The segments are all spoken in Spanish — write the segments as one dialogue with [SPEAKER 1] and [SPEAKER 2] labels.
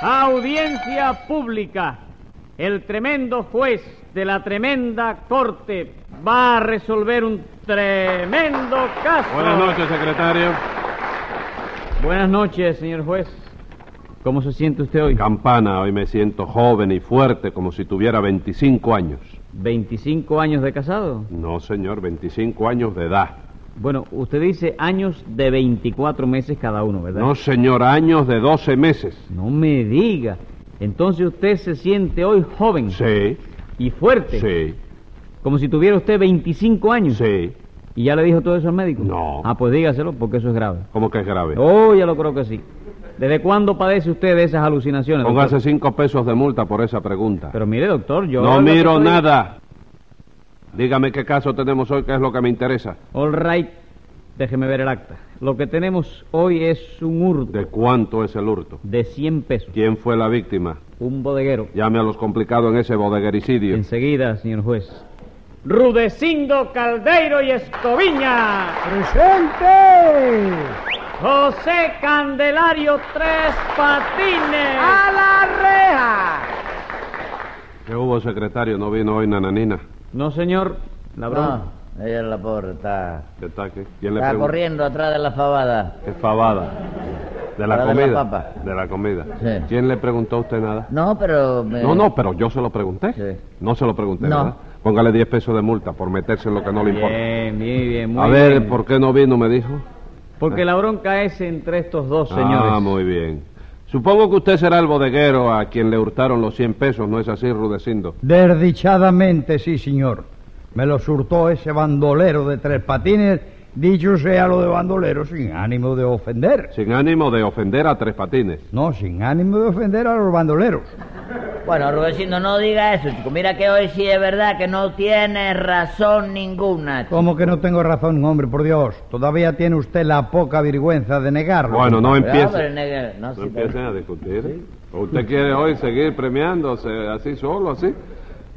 [SPEAKER 1] Audiencia pública. El tremendo juez de la tremenda corte va a resolver un tremendo caso.
[SPEAKER 2] Buenas noches, secretario.
[SPEAKER 1] Buenas noches, señor juez. ¿Cómo se siente usted hoy?
[SPEAKER 2] Campana, hoy me siento joven y fuerte como si tuviera 25 años.
[SPEAKER 1] ¿25 años de casado?
[SPEAKER 2] No, señor, 25 años de edad.
[SPEAKER 1] Bueno, usted dice años de 24 meses cada uno, ¿verdad?
[SPEAKER 2] No, señor, años de 12 meses.
[SPEAKER 1] No me diga. Entonces usted se siente hoy joven
[SPEAKER 2] Sí,
[SPEAKER 1] y fuerte.
[SPEAKER 2] sí,
[SPEAKER 1] Como si tuviera usted 25 años.
[SPEAKER 2] sí.
[SPEAKER 1] ¿Y ya le dijo todo eso al médico?
[SPEAKER 2] No.
[SPEAKER 1] Ah, pues dígaselo, porque eso es grave.
[SPEAKER 2] ¿Cómo que es grave?
[SPEAKER 1] Oh, ya lo creo que sí. ¿Desde cuándo padece usted de esas alucinaciones? doctor?
[SPEAKER 2] Póngase 5 pesos de multa por esa pregunta.
[SPEAKER 1] Pero mire, doctor, yo...
[SPEAKER 2] no
[SPEAKER 1] lo que
[SPEAKER 2] miro
[SPEAKER 1] estoy-
[SPEAKER 2] nada. Dígame qué caso tenemos hoy, que es lo que me interesa.
[SPEAKER 1] All right, déjeme ver el acta. Lo que tenemos hoy es un hurto
[SPEAKER 2] ¿De cuánto es el hurto?
[SPEAKER 1] de 100 pesos.
[SPEAKER 2] ¿Quién fue la víctima?
[SPEAKER 1] Un bodeguero.
[SPEAKER 2] Llame a los complicados en ese bodeguericidio.
[SPEAKER 1] Enseguida, señor juez. Rudecindo Caldeiro y Escoviña.
[SPEAKER 3] ¡Presente!
[SPEAKER 1] José Candelario Tres Patines.
[SPEAKER 3] ¡A la reja!
[SPEAKER 2] ¿Qué hubo, secretario? ¿No vino hoy Nananina?
[SPEAKER 1] No, señor. La
[SPEAKER 2] Ah.
[SPEAKER 1] broma.
[SPEAKER 4] No, ella es Ah, la pobre, está,
[SPEAKER 2] ¿Qué está aquí? ¿Quién le
[SPEAKER 4] está
[SPEAKER 2] preguntó?
[SPEAKER 4] corriendo atrás de la fabada.
[SPEAKER 2] Es fabada. De la
[SPEAKER 4] Para de la
[SPEAKER 2] comida.
[SPEAKER 4] papa.
[SPEAKER 2] de la comida.
[SPEAKER 4] Sí.
[SPEAKER 2] ¿Quién le preguntó a usted nada?
[SPEAKER 4] No, pero... me-
[SPEAKER 2] No, no, pero yo se lo pregunté.
[SPEAKER 4] Sí.
[SPEAKER 2] No se lo pregunté,
[SPEAKER 4] No.
[SPEAKER 2] ¿verdad? Póngale 10 pesos de multa por meterse en lo que no le importa.
[SPEAKER 1] Bien, bien, bien. Muy
[SPEAKER 2] a ver,
[SPEAKER 1] bien.
[SPEAKER 2] ¿por qué no vino? Me dijo.
[SPEAKER 1] Porque la bronca es entre estos dos señores.
[SPEAKER 2] Ah, muy bien. Supongo que usted será el bodeguero a quien le hurtaron los 100 pesos, ¿no es así, Rudecindo?
[SPEAKER 3] Desdichadamente, sí, señor. Me lo surtó ese bandolero de tres patines, dicho sea lo de bandolero, sin ánimo de ofender.
[SPEAKER 2] Sin ánimo de ofender a Tres Patines.
[SPEAKER 3] No, sin ánimo de ofender a los bandoleros.
[SPEAKER 4] Bueno, Rudecindo, no diga eso, chico. Mira que hoy sí es verdad que no tiene razón ninguna. chico.
[SPEAKER 3] ¿Cómo que no tengo razón, hombre, por Dios? Todavía tiene usted la poca vergüenza de negarlo.
[SPEAKER 2] Bueno, no
[SPEAKER 4] Cuidado, pero,
[SPEAKER 2] empiece.
[SPEAKER 4] nega- no, sí,
[SPEAKER 2] No
[SPEAKER 4] pero-
[SPEAKER 2] empiecen a discutir. ¿Usted quiere hoy seguir premiándose así solo, así?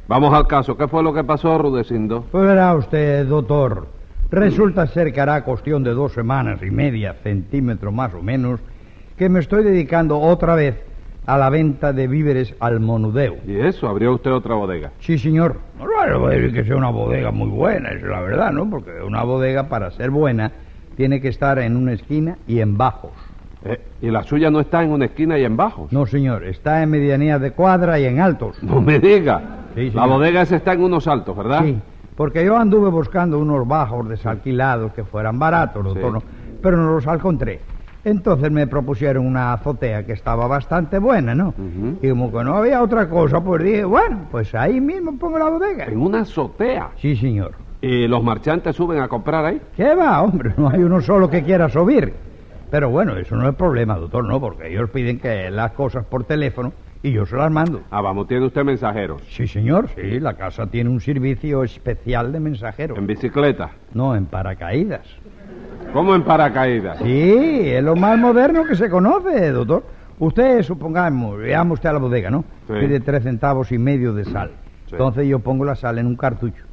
[SPEAKER 2] Vamos al caso. ¿Qué fue lo que pasó, Rudecindo?
[SPEAKER 3] Pues verá usted, doctor. Resulta ser que hará cuestión de dos semanas y media, centímetro más o menos, que me estoy dedicando otra vez a la venta de víveres al monudeo.
[SPEAKER 2] ¿Y eso? ¿Abrió usted otra bodega?
[SPEAKER 3] Sí, señor. No le voy a decir que sea una bodega muy buena, es la verdad, ¿no? Porque una bodega, para ser buena, tiene que estar en una esquina y en bajos.
[SPEAKER 2] Eh, ¿Y la suya no está en una esquina y en bajos?
[SPEAKER 3] No, señor, está en medianías de cuadra y en altos.
[SPEAKER 2] No me diga.
[SPEAKER 3] Sí,
[SPEAKER 2] la
[SPEAKER 3] señor.
[SPEAKER 2] bodega esa está en unos altos, ¿verdad?
[SPEAKER 3] Sí, porque yo anduve buscando unos bajos desalquilados que fueran baratos, doctor,
[SPEAKER 2] Sí.
[SPEAKER 3] ¿no? pero no los encontré. Entonces me propusieron una azotea que estaba bastante buena, ¿no?
[SPEAKER 2] Ujú.
[SPEAKER 3] Y como que no había otra cosa, pues dije, bueno, pues ahí mismo pongo la bodega.
[SPEAKER 2] En una azotea.
[SPEAKER 3] Sí, señor.
[SPEAKER 2] ¿Y los marchantes suben a comprar ahí?
[SPEAKER 3] ¿Qué va, hombre? No hay uno solo que quiera subir. Pero bueno, eso no es problema, doctor, ¿no? Porque ellos piden que las cosas por teléfono y yo se las mando.
[SPEAKER 2] Ah, vamos, tiene usted mensajeros.
[SPEAKER 3] Sí, señor, sí, la casa tiene un servicio especial de mensajeros.
[SPEAKER 2] En bicicleta.
[SPEAKER 3] No, en paracaídas.
[SPEAKER 2] ¿Cómo en paracaídas?
[SPEAKER 3] Sí, es lo más moderno que se conoce, doctor. Usted, supongamos, veamos usted a la bodega, ¿no?
[SPEAKER 2] Sí.
[SPEAKER 3] Pide tres centavos y medio de sal.
[SPEAKER 2] Sí.
[SPEAKER 3] Entonces yo pongo la sal en un cartucho.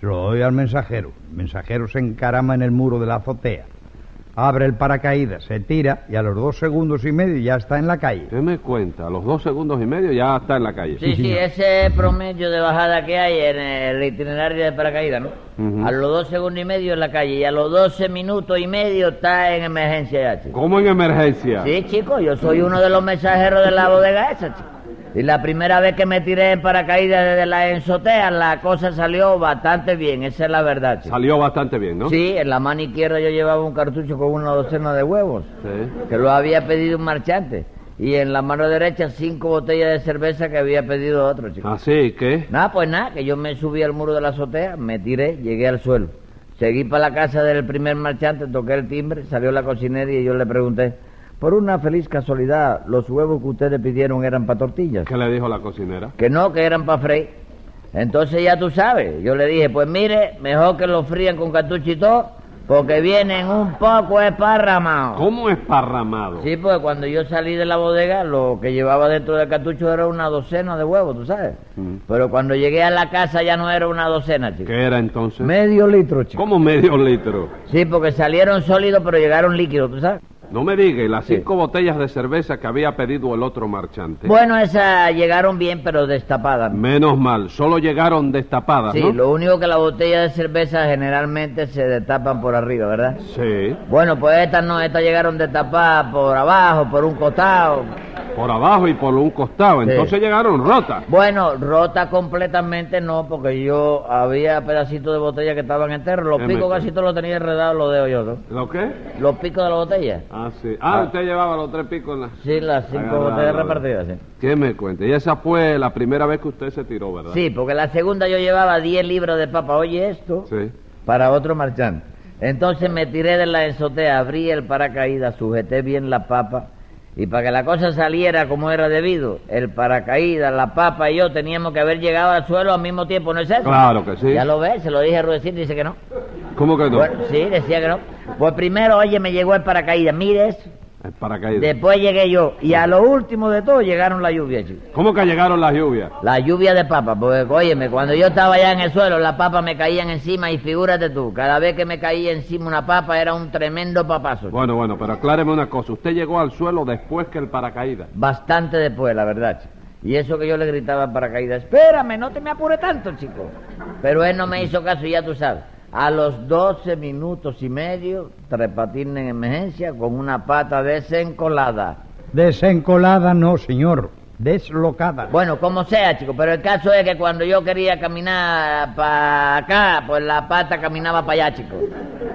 [SPEAKER 3] Se lo doy al mensajero. El mensajero se encarama en el muro de la azotea. Abre el paracaídas, se tira y a los dos segundos y medio ya está en la calle.
[SPEAKER 2] Usted me cuenta, a los dos segundos y medio ya está en la calle.
[SPEAKER 4] Sí, sí, ese promedio de bajada que hay en el itinerario de paracaídas, ¿no?
[SPEAKER 2] Ujú.
[SPEAKER 4] A los dos segundos y medio en la calle y a los doce minutos y medio está en emergencia ya, chico.
[SPEAKER 2] ¿Cómo en emergencia?
[SPEAKER 4] Sí, chico, yo soy uno de los mensajeros de la bodega esa, chico. Y la primera vez que me tiré en paracaídas desde la enzotea, la cosa salió bastante bien, esa es la verdad, chico.
[SPEAKER 2] Salió bastante bien, ¿no?
[SPEAKER 4] Sí, en la mano izquierda yo llevaba un cartucho con una docena de huevos,
[SPEAKER 2] Sí.
[SPEAKER 4] que lo había pedido un marchante. Y en la mano derecha cinco botellas de cerveza que había pedido otro, chico.
[SPEAKER 2] Así que...
[SPEAKER 4] Nada, pues nada, que yo me subí al muro de la azotea, me tiré, llegué al suelo. Seguí para la casa del primer marchante, toqué el timbre, salió la cocinera y yo le pregunté, por una feliz casualidad, los huevos que ustedes pidieron eran para tortillas.
[SPEAKER 2] ¿Qué le dijo la cocinera?
[SPEAKER 4] Que no, que eran para freír. Entonces ya tú sabes, yo le dije, pues mire, mejor que los frían con cartucho y todo, porque vienen un poco esparramados.
[SPEAKER 2] ¿Cómo esparramado?
[SPEAKER 4] Sí, porque cuando yo salí de la bodega, lo que llevaba dentro del cartucho era una docena de huevos, tú sabes.
[SPEAKER 2] Mm.
[SPEAKER 4] Pero cuando llegué a la casa ya no era una docena, chico.
[SPEAKER 2] ¿Qué era entonces?
[SPEAKER 4] Medio litro, chico.
[SPEAKER 2] ¿Cómo medio litro?
[SPEAKER 4] Sí, porque salieron sólidos, pero llegaron líquidos, tú sabes.
[SPEAKER 2] No me diga, ¿y las
[SPEAKER 4] Sí.
[SPEAKER 2] cinco botellas de cerveza que había pedido el otro marchante.
[SPEAKER 4] Bueno, esas llegaron bien, pero destapadas.
[SPEAKER 2] Menos mal, solo llegaron destapadas,
[SPEAKER 4] Sí,
[SPEAKER 2] ¿no?
[SPEAKER 4] lo único que las botellas de cerveza generalmente se destapan por arriba, ¿verdad?
[SPEAKER 2] Sí.
[SPEAKER 4] Bueno, pues estas no, estas llegaron destapadas por abajo, por un costado.
[SPEAKER 2] Por abajo y por un costado.
[SPEAKER 4] Sí.
[SPEAKER 2] Entonces llegaron rotas.
[SPEAKER 4] Bueno, rota completamente no, porque yo había pedacitos de botella que estaban enteros. Los
[SPEAKER 2] Eh,
[SPEAKER 4] picos
[SPEAKER 2] me-
[SPEAKER 4] casi todos los tenía enredados los dedos yo, ¿no?
[SPEAKER 2] ¿Lo qué?
[SPEAKER 4] Los picos de la botella.
[SPEAKER 2] Ah, sí. Ah,
[SPEAKER 4] Ah.
[SPEAKER 2] usted llevaba los tres picos en la...
[SPEAKER 4] Sí, las cinco
[SPEAKER 2] Agarrado,
[SPEAKER 4] botellas
[SPEAKER 2] ¿verdad?
[SPEAKER 4] repartidas, sí.
[SPEAKER 2] ¿Qué me cuenta? Y esa fue la primera vez que usted se tiró, ¿verdad?
[SPEAKER 4] Sí, porque la segunda yo llevaba 10 libras de papa, oye esto,
[SPEAKER 2] Sí.
[SPEAKER 4] para otro marchante. Entonces me tiré de la enzotea, abrí el paracaídas, sujeté bien la papa y para que la cosa saliera como era debido, el paracaídas, la papa y yo teníamos que haber llegado al suelo al mismo tiempo, ¿no es eso?
[SPEAKER 2] Claro que sí.
[SPEAKER 4] Ya lo ves, se lo dije a Rudecito y dice que no.
[SPEAKER 2] ¿Cómo que no?
[SPEAKER 4] Bueno, sí, decía que no. Pues primero, oye, me llegó el paracaídas, mire eso.
[SPEAKER 2] El paracaídas.
[SPEAKER 4] Después llegué yo. Y a lo último de todo llegaron las lluvias, chico.
[SPEAKER 2] ¿Cómo que llegaron las lluvias?
[SPEAKER 4] La lluvia de papa, porque óyeme, cuando yo estaba allá en el suelo, las papas me caían encima y figúrate tú, cada vez que me caía encima una papa era un tremendo papazo. chico.
[SPEAKER 2] Bueno, bueno, pero acláreme una cosa. Usted llegó al suelo después que el paracaídas.
[SPEAKER 4] Bastante después, la verdad. chico. Y eso que yo le gritaba para caída, espérame, no te me apure tanto, chico. Pero él no me hizo caso, y ya tú sabes. A los 12 minutos y medio, trepatín en emergencia con una pata desencolada.
[SPEAKER 3] Desencolada no, señor. Deslocada.
[SPEAKER 4] Bueno, como sea, chico, pero el caso es que cuando yo quería caminar para acá, pues la pata caminaba para allá, chico.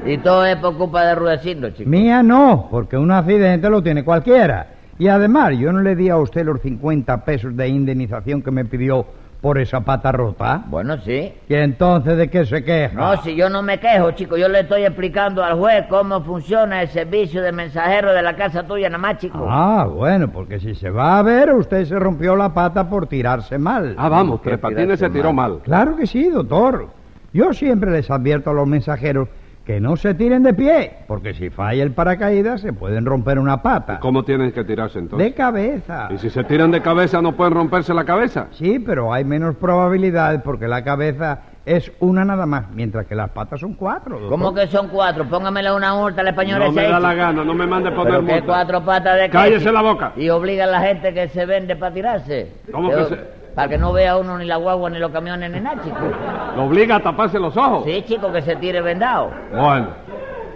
[SPEAKER 4] Y todo es por culpa de Rudecindo, chico.
[SPEAKER 3] Mía no, porque un accidente lo tiene cualquiera. Y además, yo no le di a usted los 50 pesos de indemnización que me pidió por esa pata rota.
[SPEAKER 4] Bueno, sí.
[SPEAKER 3] ¿Y entonces de qué se queja?
[SPEAKER 2] Ah.
[SPEAKER 4] No, si yo no me quejo, chico, yo le estoy explicando al juez cómo funciona el servicio de mensajero de la casa tuya, nada más, chico.
[SPEAKER 3] Ah, bueno, porque si se va a ver, usted se rompió la pata por tirarse mal.
[SPEAKER 2] Ah, vamos,
[SPEAKER 4] que
[SPEAKER 2] Tres Patines
[SPEAKER 4] tirarse
[SPEAKER 2] se tiró mal.
[SPEAKER 3] Claro que sí, doctor. Yo siempre les advierto a los mensajeros que no se tiren de pie, porque si falla el paracaídas se pueden romper una pata.
[SPEAKER 2] ¿Cómo tienen que tirarse
[SPEAKER 3] De
[SPEAKER 2] entonces?
[SPEAKER 3] cabeza.
[SPEAKER 2] ¿Y si se tiran de cabeza no pueden romperse la cabeza?
[SPEAKER 3] Sí, pero hay menos probabilidades porque la cabeza es una nada más, mientras que las patas son cuatro. doctor.
[SPEAKER 4] ¿Cómo que son cuatro? Póngamele una multa al español
[SPEAKER 2] No
[SPEAKER 4] ese,
[SPEAKER 2] me da la
[SPEAKER 4] chico.
[SPEAKER 2] gana, no me mande poner
[SPEAKER 4] Pero que
[SPEAKER 2] multa.
[SPEAKER 4] cuatro patas de qué,
[SPEAKER 2] Cállese
[SPEAKER 4] chico?
[SPEAKER 2] la boca.
[SPEAKER 4] Y obliga a la gente que se vende para tirarse.
[SPEAKER 2] ¿Cómo que
[SPEAKER 4] Pero-
[SPEAKER 2] se-
[SPEAKER 4] Para que no vea uno ni la guagua, ni los camiones, ni nada, chico.
[SPEAKER 2] ¿Lo obliga a taparse los ojos?
[SPEAKER 4] Sí, chico, que se tire vendado.
[SPEAKER 2] Bueno.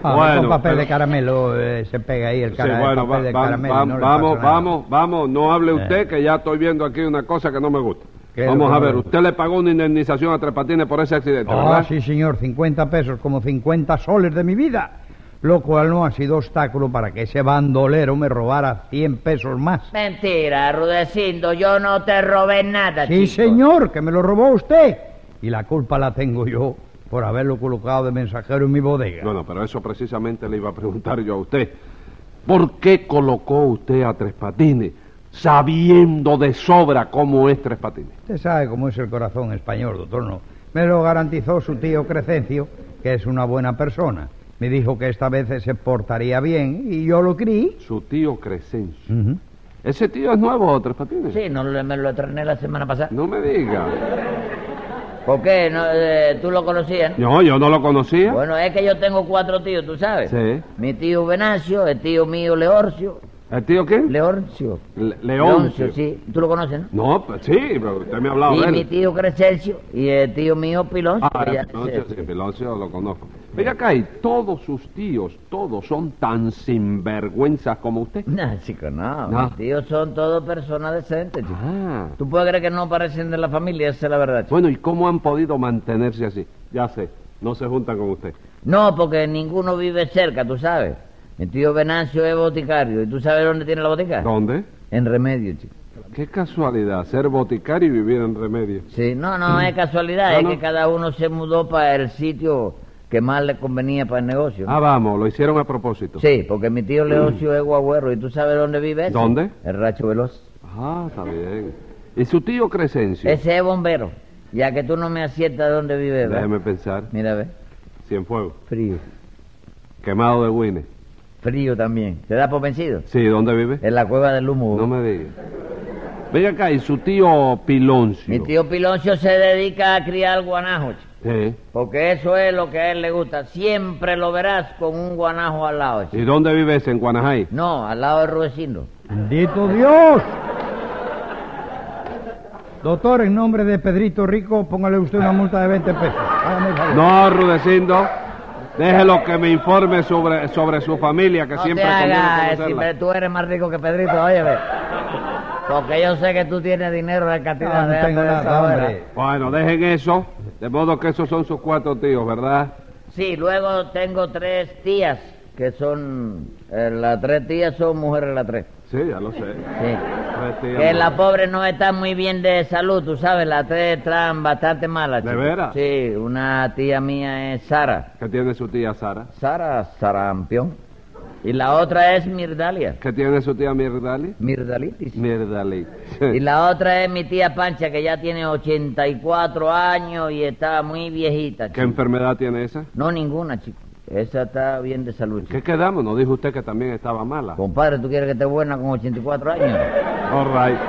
[SPEAKER 3] Ah,
[SPEAKER 2] bueno,
[SPEAKER 3] con papel
[SPEAKER 2] pero-
[SPEAKER 3] de caramelo eh, se pega ahí el,
[SPEAKER 2] Sí,
[SPEAKER 3] cara- el
[SPEAKER 2] bueno,
[SPEAKER 3] papel
[SPEAKER 2] va-
[SPEAKER 3] de
[SPEAKER 2] va-
[SPEAKER 3] caramelo.
[SPEAKER 2] va-
[SPEAKER 3] no le
[SPEAKER 2] vamos,
[SPEAKER 3] pasa nada. Eh.
[SPEAKER 2] vamos, vamos, no hable usted que ya estoy viendo aquí una cosa que no me gusta.
[SPEAKER 3] ¿Qué es lo
[SPEAKER 2] Vamos
[SPEAKER 3] que
[SPEAKER 2] a
[SPEAKER 3] no
[SPEAKER 2] ver,
[SPEAKER 3] le
[SPEAKER 2] usted le pagó una indemnización a Tres Patines por ese accidente,
[SPEAKER 3] Ah,
[SPEAKER 2] ¿verdad?
[SPEAKER 3] sí, señor, 50 pesos, como 50 soles de mi vida. Lo cual no ha sido obstáculo para que ese bandolero me robara 100 pesos más.
[SPEAKER 4] Mentira, Rudecindo, yo no te robé nada,
[SPEAKER 3] Sí,
[SPEAKER 4] chico.
[SPEAKER 3] señor, que me lo robó usted. Y la culpa la tengo yo por haberlo colocado de mensajero en mi bodega.
[SPEAKER 2] No, no, pero eso precisamente le iba a preguntar yo a usted. ¿Por qué colocó usted a Tres Patines sabiendo de sobra cómo es Tres Patines?
[SPEAKER 3] Usted sabe cómo es el corazón español, doctor, ¿no? Me lo garantizó su tío Crescencio, que es una buena persona. Me dijo que esta vez se portaría bien y yo lo creí.
[SPEAKER 2] Su tío Crescencio.
[SPEAKER 3] Ujú.
[SPEAKER 2] ¿Ese tío es nuevo, Tres Patines?
[SPEAKER 4] Sí, no le- me lo entrené la semana pasada.
[SPEAKER 2] No me diga.
[SPEAKER 4] ¿Por qué? No, eh, ¿Tú lo conocías? no?
[SPEAKER 2] No, yo no lo conocía.
[SPEAKER 4] Bueno, es que yo tengo cuatro tíos, ¿tú sabes?
[SPEAKER 2] Sí.
[SPEAKER 4] Mi tío Venancio, el tío mío Leorcio.
[SPEAKER 2] ¿El tío quién?
[SPEAKER 4] Leorcio.
[SPEAKER 2] Le- Leoncio.
[SPEAKER 4] sí. ¿Tú lo conoces, no?
[SPEAKER 2] No, pues sí, pero usted me ha hablado
[SPEAKER 4] y
[SPEAKER 2] de él.
[SPEAKER 4] mi tío Crescencio y el tío mío Piloncio.
[SPEAKER 2] Ah,
[SPEAKER 4] que ya
[SPEAKER 2] Peloncio,
[SPEAKER 4] se-
[SPEAKER 2] sí, Peloncio lo conozco. Mira acá, y todos sus tíos, todos son tan sinvergüenzas como usted.
[SPEAKER 4] No, Ah, chico, no.
[SPEAKER 2] No.
[SPEAKER 4] Mis tíos son todos personas decentes, chico.
[SPEAKER 2] Ah.
[SPEAKER 4] Tú puedes creer que no parecen de la familia, esa es la verdad, chico.
[SPEAKER 2] Bueno, ¿y cómo han podido mantenerse así? Ya sé, no se juntan con usted.
[SPEAKER 4] No, porque ninguno vive cerca, tú sabes. Mi tío Venancio es boticario. ¿Y tú sabes dónde tiene la botica?
[SPEAKER 2] ¿Dónde?
[SPEAKER 4] En Remedio, chico.
[SPEAKER 2] Qué casualidad, ser boticario y vivir en remedio.
[SPEAKER 4] Sí, no, no, es casualidad.
[SPEAKER 2] No,
[SPEAKER 4] es
[SPEAKER 2] no.
[SPEAKER 4] que cada uno se mudó para el sitio que más le convenía para el negocio.
[SPEAKER 2] Ah, vamos, lo hicieron a propósito.
[SPEAKER 4] Sí, porque mi tío Leocio es guagüero. ¿Y tú sabes dónde vive ese?
[SPEAKER 2] ¿Dónde?
[SPEAKER 4] El Racho Veloz.
[SPEAKER 2] Ah, está bien. ¿Y su tío Crescencio?
[SPEAKER 4] Ese es bombero. Ya que tú no me aciertas dónde vive, ¿verdad?
[SPEAKER 2] Déjeme pensar.
[SPEAKER 4] Mira, ve.
[SPEAKER 2] Cienfuegos,
[SPEAKER 4] Frío.
[SPEAKER 2] quemado de Winnie.
[SPEAKER 4] Frío también. ¿Te da por vencido?
[SPEAKER 2] Sí, ¿dónde vive?
[SPEAKER 4] En la cueva del humo.
[SPEAKER 2] No me diga. Venga acá, y su tío Piloncio.
[SPEAKER 4] Mi tío Piloncio se dedica a criar guanajos.
[SPEAKER 2] Sí.
[SPEAKER 4] Porque eso es lo que a él le gusta. Siempre lo verás con un guanajo al lado. chico.
[SPEAKER 2] ¿Y dónde vives? ¿En Guanajay?
[SPEAKER 4] No, al lado de Rudecindo.
[SPEAKER 3] ¡Bendito Dios! Doctor, en nombre de Pedrito Rico, póngale usted una multa de 20 pesos. Hágame el favor.
[SPEAKER 2] No, Rudecindo. Déjelo que me informe sobre, sobre su familia, que
[SPEAKER 4] No
[SPEAKER 2] siempre
[SPEAKER 4] te
[SPEAKER 2] conviene
[SPEAKER 4] hagas,
[SPEAKER 2] conocerla.
[SPEAKER 4] siempre tú eres más rico que Pedrito, óyeme. Porque yo sé que tú tienes dinero de cantidad
[SPEAKER 3] No, no
[SPEAKER 4] de
[SPEAKER 3] tengo
[SPEAKER 4] antes de
[SPEAKER 3] nada,
[SPEAKER 4] esa hora.
[SPEAKER 3] hombre.
[SPEAKER 2] Bueno, dejen eso. De modo que esos son sus cuatro tíos, ¿verdad?
[SPEAKER 4] Sí, luego tengo tres tías, que son... eh, las tres tías son mujeres las tres.
[SPEAKER 2] Sí, ya lo sé.
[SPEAKER 4] Sí.
[SPEAKER 2] Tres tías
[SPEAKER 4] Que
[SPEAKER 2] más.
[SPEAKER 4] las pobres no están muy bien de salud, tú sabes, las tres están bastante malas.
[SPEAKER 2] ¿De
[SPEAKER 4] chico.
[SPEAKER 2] veras?
[SPEAKER 4] Sí, una tía mía es Sara.
[SPEAKER 2] ¿Qué tiene su tía Sara?
[SPEAKER 4] Sara Sarampión. Y la otra es Mirdalia.
[SPEAKER 2] ¿Qué tiene su tía Mirdali?
[SPEAKER 4] Mirdalitis.
[SPEAKER 2] Mirdali.
[SPEAKER 4] Y la otra es mi tía Pancha, que ya tiene 84 años y está muy viejita.
[SPEAKER 2] ¿Qué
[SPEAKER 4] chico.
[SPEAKER 2] enfermedad tiene esa?
[SPEAKER 4] No ninguna, chico. Esa está bien de salud.
[SPEAKER 2] ¿En
[SPEAKER 4] chico.
[SPEAKER 2] ¿Qué quedamos? ¿No dijo usted que también estaba mala?
[SPEAKER 4] Compadre, ¿tú quieres que esté buena con 84 años?
[SPEAKER 2] All right.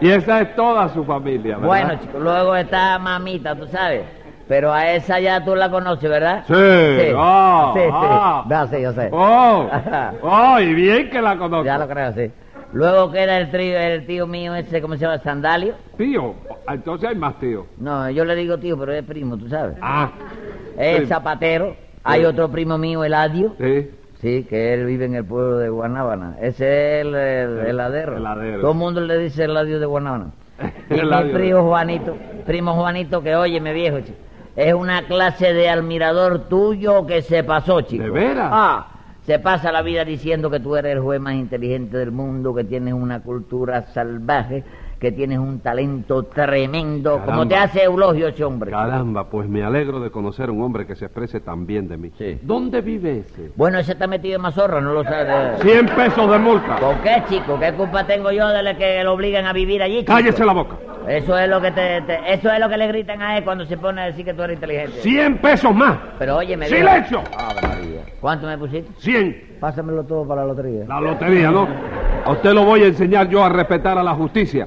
[SPEAKER 2] Y esa es toda su familia, ¿verdad?
[SPEAKER 4] Bueno, chico, luego está mamita, tú sabes. Pero a esa ya tú la conoces, ¿verdad?
[SPEAKER 2] Sí.
[SPEAKER 4] Sí,
[SPEAKER 2] Ah,
[SPEAKER 4] sí, sí.
[SPEAKER 2] ah.
[SPEAKER 4] No, sí, yo sé.
[SPEAKER 2] ¡Oh!
[SPEAKER 4] Ajá.
[SPEAKER 2] ¡Oh! Y bien que la conozco.
[SPEAKER 4] Ya lo creo, sí. Luego queda el, trío, el tío mío ese, ¿cómo se llama? Sandalio.
[SPEAKER 2] Tío. Entonces hay más tío.
[SPEAKER 4] No, yo le digo tío, pero es primo, tú sabes.
[SPEAKER 2] Ah.
[SPEAKER 4] es
[SPEAKER 2] sí.
[SPEAKER 4] zapatero. Hay otro primo mío, Eladio.
[SPEAKER 2] Sí.
[SPEAKER 4] Sí, que él vive en el pueblo de Guanábana. Ese es el, el-
[SPEAKER 2] El-
[SPEAKER 4] heladero.
[SPEAKER 2] heladero.
[SPEAKER 4] Todo el mundo le dice Eladio de Guanábana. Y mi
[SPEAKER 2] Eladio.
[SPEAKER 4] primo Juanito, primo Juanito, que óyeme viejo, chico, es una clase de admirador tuyo que se pasó, chico.
[SPEAKER 2] ¿De veras?
[SPEAKER 4] Ah, se pasa la vida diciendo que tú eres el juez más inteligente del mundo, que tienes una cultura salvaje, que tienes un talento tremendo, como
[SPEAKER 2] Caramba.
[SPEAKER 4] te hace eulogio ese hombre.
[SPEAKER 2] Caramba, pues me alegro de conocer un hombre que se exprese tan bien de mí.
[SPEAKER 4] Sí.
[SPEAKER 2] ¿Dónde vive ese?
[SPEAKER 4] Bueno, ese está metido en mazorra, no lo sabe.
[SPEAKER 2] 100 pesos de multa.
[SPEAKER 4] ¿Por qué, chico? ¿Qué culpa tengo yo de la que lo obligan a vivir allí, chico?
[SPEAKER 2] Cállese la boca.
[SPEAKER 4] Eso es lo que te, te- eso es lo que le gritan a él cuando se pone a decir que tú eres inteligente.
[SPEAKER 2] 100 pesos más.
[SPEAKER 4] Pero oye, me
[SPEAKER 2] ¡Silencio!
[SPEAKER 4] ¿Cuánto me pusiste?
[SPEAKER 2] 100.
[SPEAKER 4] Pásamelo todo para la lotería.
[SPEAKER 2] La lotería, ¿no? A usted lo voy a enseñar yo a respetar a la justicia.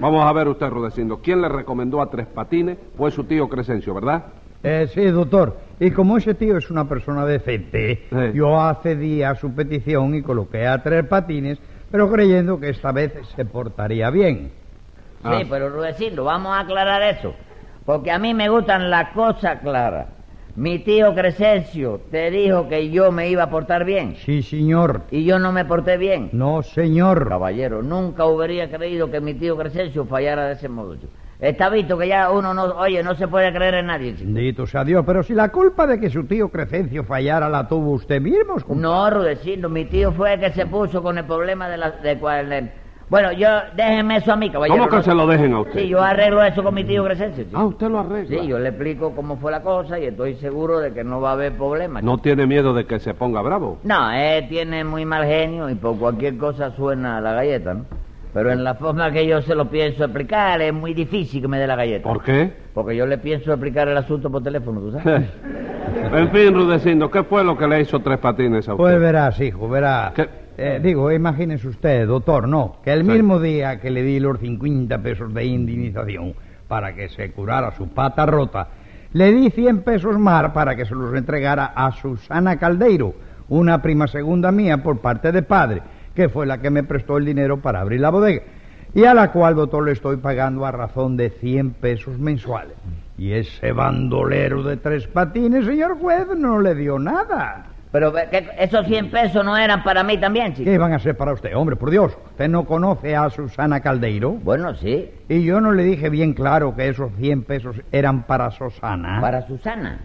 [SPEAKER 2] Vamos a ver usted, Rudecindo. ¿Quién le recomendó a Tres Patines? Fue su tío Crescencio, ¿verdad?
[SPEAKER 3] Eh, sí, doctor. Y como ese tío es una persona decente,
[SPEAKER 2] Sí.
[SPEAKER 3] yo accedí a su petición y coloqué a tres patines, pero creyendo que esta vez se portaría bien.
[SPEAKER 2] Ah.
[SPEAKER 4] Sí, pero Rudecindo, vamos a aclarar eso. Porque a mí me gustan las cosas claras. Mi tío Crescencio te dijo que yo me iba a portar bien.
[SPEAKER 3] Sí, señor.
[SPEAKER 4] Y yo no me porté bien.
[SPEAKER 3] No, señor.
[SPEAKER 4] Caballero, nunca hubiera creído que mi tío Crescencio fallara de ese modo. chico. Está visto que ya uno no, oye, no se puede creer en nadie. chico.
[SPEAKER 3] Bendito sea Dios, pero si la culpa de que su tío Crescencio fallara la tuvo usted mismo, compadre.
[SPEAKER 4] No, Rudecindo, mi tío fue el que se puso con el problema de la... De cual, de- bueno, yo, déjenme eso a mí, caballero.
[SPEAKER 2] ¿Cómo que
[SPEAKER 4] no-
[SPEAKER 2] se lo dejen a usted?
[SPEAKER 4] Sí, yo arreglo eso con mi tío Crescencio. chico.
[SPEAKER 2] Ah, usted lo arregla.
[SPEAKER 4] Sí, yo le explico cómo fue la cosa y estoy seguro de que no va a haber problema. chico.
[SPEAKER 2] ¿No tiene miedo de que se ponga bravo?
[SPEAKER 4] No, él tiene muy mal genio y por cualquier cosa suena la galleta, ¿no? Pero en la forma que yo se lo pienso explicar es muy difícil que me dé la galleta.
[SPEAKER 2] ¿Por qué?
[SPEAKER 4] Porque yo le pienso explicar el asunto por teléfono, ¿tú sabes?
[SPEAKER 2] en fin, Rudecindo, ¿qué fue lo que le hizo Tres Patines a usted?
[SPEAKER 3] Pues verás, hijo, verás.
[SPEAKER 2] ¿Qué?
[SPEAKER 3] Eh, digo, imagínese usted, doctor, no, que el
[SPEAKER 2] Sí.
[SPEAKER 3] mismo día que le di los 50 pesos de indemnización para que se curara su pata rota, le di 100 pesos más para que se los entregara a Susana Caldeiro, una prima segunda mía por parte de padre, que fue la que me prestó el dinero para abrir la bodega, y a la cual, doctor, le estoy pagando a razón de 100 pesos mensuales. Y ese bandolero de tres patines, señor juez, no le dio nada.
[SPEAKER 4] Pero ve que esos 100 pesos no eran para mí también, chico.
[SPEAKER 3] ¿Qué van a hacer para usted? Hombre, por Dios, usted no conoce a Susana Caldeiro.
[SPEAKER 4] Bueno, sí,
[SPEAKER 3] Y yo no le dije bien claro que esos 100 pesos eran para
[SPEAKER 2] Ah.
[SPEAKER 3] Susana.
[SPEAKER 4] para Susana.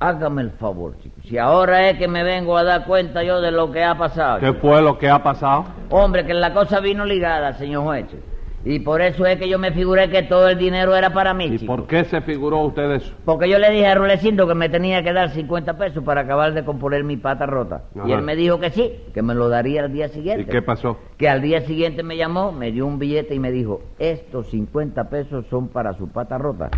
[SPEAKER 4] Hágame el favor, chico. Si ahora es que me vengo a dar cuenta yo de lo que ha pasado.
[SPEAKER 2] ¿Qué
[SPEAKER 4] chico.
[SPEAKER 2] fue lo que ha pasado?
[SPEAKER 4] Hombre, que la cosa vino ligada, señor juez. chico. Y por eso es que yo me figuré que todo el dinero era para mí,
[SPEAKER 2] ¿Y
[SPEAKER 4] chico.
[SPEAKER 2] por qué se figuró usted eso?
[SPEAKER 4] Porque yo le dije a Rulecindo que me tenía que dar 50 pesos para acabar de componer mi pata rota. Y
[SPEAKER 2] Ajá.
[SPEAKER 4] él me dijo que sí, que me lo daría al día siguiente.
[SPEAKER 2] ¿Y qué pasó?
[SPEAKER 4] que al día siguiente me llamó, me dio un billete y me dijo, estos 50 pesos son para su pata rota.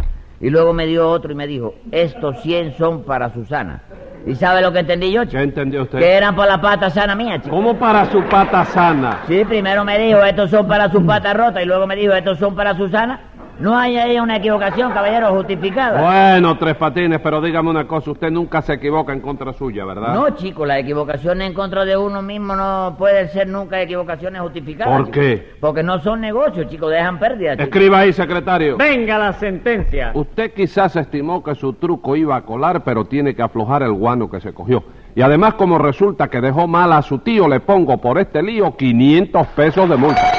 [SPEAKER 4] Y luego me dio otro y me dijo, estos 100 son para Susana. ¿Y sabe lo que entendí yo,
[SPEAKER 2] ¿Qué
[SPEAKER 4] chico?
[SPEAKER 2] entendió usted?
[SPEAKER 4] Que eran para la pata sana mía, chico.
[SPEAKER 2] ¿Cómo para su pata sana?
[SPEAKER 4] Sí, primero me dijo, estos son para su pata rota, y luego me dijo, estos son para Susana. No hay ahí una equivocación, caballero, justificada.
[SPEAKER 2] Bueno, Tres Patines, pero dígame una cosa, usted nunca se equivoca en contra suya, ¿verdad?
[SPEAKER 4] No, chico, las equivocaciones en contra de uno mismo no pueden ser nunca equivocaciones justificadas.
[SPEAKER 2] ¿Por
[SPEAKER 4] chico.
[SPEAKER 2] qué?
[SPEAKER 4] Porque no son negocios, chico, dejan pérdidas. chico.
[SPEAKER 2] Escriba ahí, secretario.
[SPEAKER 1] Venga la sentencia.
[SPEAKER 2] Usted quizás estimó que su truco iba a colar, pero tiene que aflojar el guano que se cogió. Y además, como resulta que dejó mal a su tío, le pongo por este lío 500 pesos de multa.